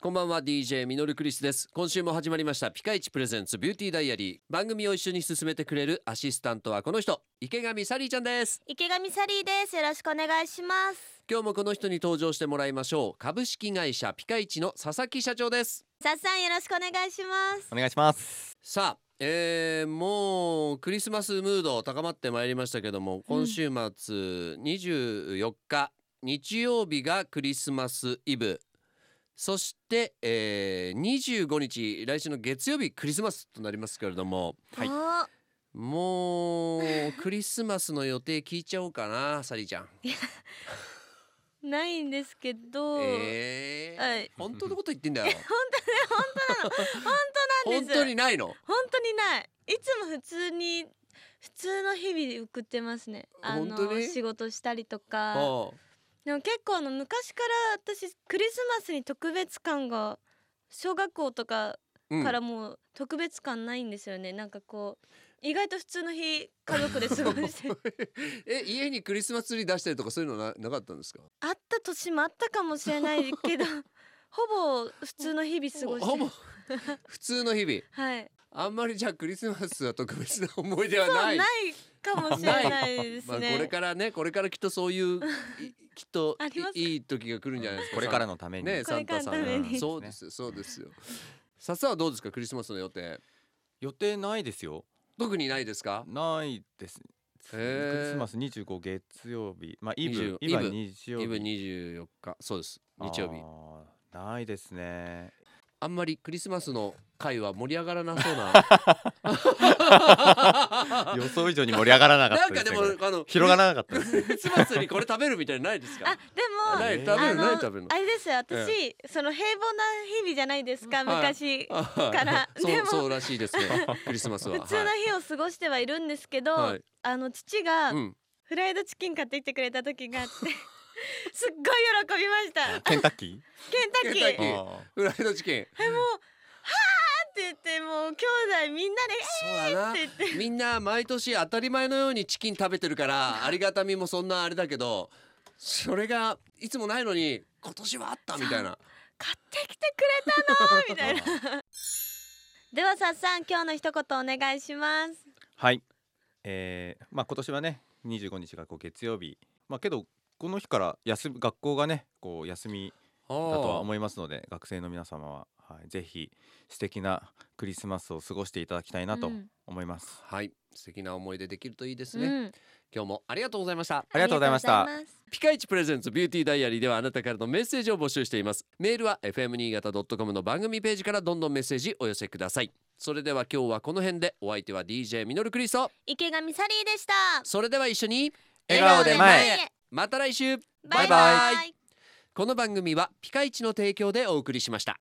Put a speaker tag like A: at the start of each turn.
A: こんばんは DJ ミノルクリスです今週も始まりましたピカイチプレゼンツビューティーダイアリー番組を一緒に進めてくれるアシスタントはこの人池上サリーちゃんです
B: 池上サリーですよろしくお願いします
A: 今日もこの人に登場してもらいましょう株式会社ピカイチの佐々木社長です
B: さっさんよろしくお願いします
C: お願いします
A: さあえー、もうクリスマスムード高まってまいりましたけども今週末24日、日曜日がクリスマスイブそして、えー、25日来週の月曜日クリスマスとなりますけれども
C: はい
B: お
A: もうクリスマスの予定聞いちゃおうかなサリー ちゃん。
B: ないんですけど、
A: えー
B: はい
A: 本当のこと言ってん だよ
B: 本当なん
A: 本
B: です
A: 当にないの
B: 本当にないいつも普通に普通の日々送ってますねあの
A: 本当に
B: 仕事したりとか
A: おう
B: でも結構あの昔から私クリスマスに特別感が小学校とか
A: うん
B: からもう特別感ないんですよね、なんかこう意外と普通の日家族で過ごして
A: え家にクリスマスツリー出したりとかそういうのななかったんですか
B: あった年もあったかもしれない けどほぼ普通の日々過ごして
A: ほぼ 普通の日々
B: はい
A: あんまりじゃあクリスマスは特別な思い出は
B: そう
A: な
B: ないいかもしれないです
A: まあ、こ
B: ね、
A: れからねこれからきっとそういういきっと
B: ありますか
A: いいい時が来るんじゃないですか
C: これからのために、
A: ね
B: こ
A: サ
B: れ
A: ン
B: から
A: タ
B: の
A: さ
B: た
A: ん
B: め
A: が
B: に
A: そうですよそうですよささはどうですかクリスマスの予定
C: 予定ないですよ
A: 特にないですか
C: ないです
A: へー
C: クリスマス25月曜日まあイブ
A: 20
C: イブは
A: イブ
C: 日曜
A: イ
C: 日
A: ブ24日そうです日曜日
C: あーないですね
A: あんまりクリスマスの会は盛り上がらなそう な
C: 予想以上に盛り上がらなかっ
A: な
C: た
A: ん
C: で
A: か
C: す
A: で
C: ね
A: もあの
C: これ広がらなかったです
A: ク リスマスにこれ食べるみたいなのないです
B: あ
A: か
B: でも
A: ない
C: え
A: 食
C: ー
A: べ
B: あ
A: る
B: の
A: ない食べるの
B: あれですよ私、
A: え
B: その平凡な日々じゃないですか
A: はい
B: 昔、
A: か
B: から
A: そ
B: で
A: う
B: も
A: そうらしいです ねクリスマスは
B: 普通の日を過ごしてはいるんですけど、
A: はい
B: あの父が
A: はいうん
B: フライドチキン買ってきてくれた時 があってすっごい喜びました
C: ケンタッキ
B: ケンタッキー
A: ケンタッ
B: っ
A: キ
C: ー
A: ー
B: て
C: あ
A: フライドチキン
B: 言ってもう兄弟みんなで
A: そうだな
B: えーって言って
A: みんな毎年当たり前のようにチキン食べてる からありがたみもそんなあれだけどそれがいつもないのに今年はあったみたいな
B: 買ってきてくれたのみたいなではさっさん今日の一言お願いします
C: ーはいえー、まあ今年はね25日がこう月曜日まあけどこの日から休み学校がねこう休み
A: だ
C: だとは思いますので学生の皆様は、はい、ぜひ素敵なクリスマスを過ごしていただきたいなと
B: うん
C: 思います、
A: はい素敵な思い出できるといいです
B: う
A: ね、
B: ん
A: 今日もありがとうございました
C: ありがとうございました
B: ありがとうございます
A: ピカイチプレゼンツビューティーダイアリーではあなたからのメッセージを募集していますメールは fm 新潟 .com の番組ページからどんどんメッセージお寄せくださいそれでは今日はこの辺でお相手は DJ ミノルクリスト
B: 池上サリーでした
A: それでは一緒に
C: 笑顔で前
B: へ
A: また来週
B: バイバイ
A: この番組はピカイチの提供でお送りしました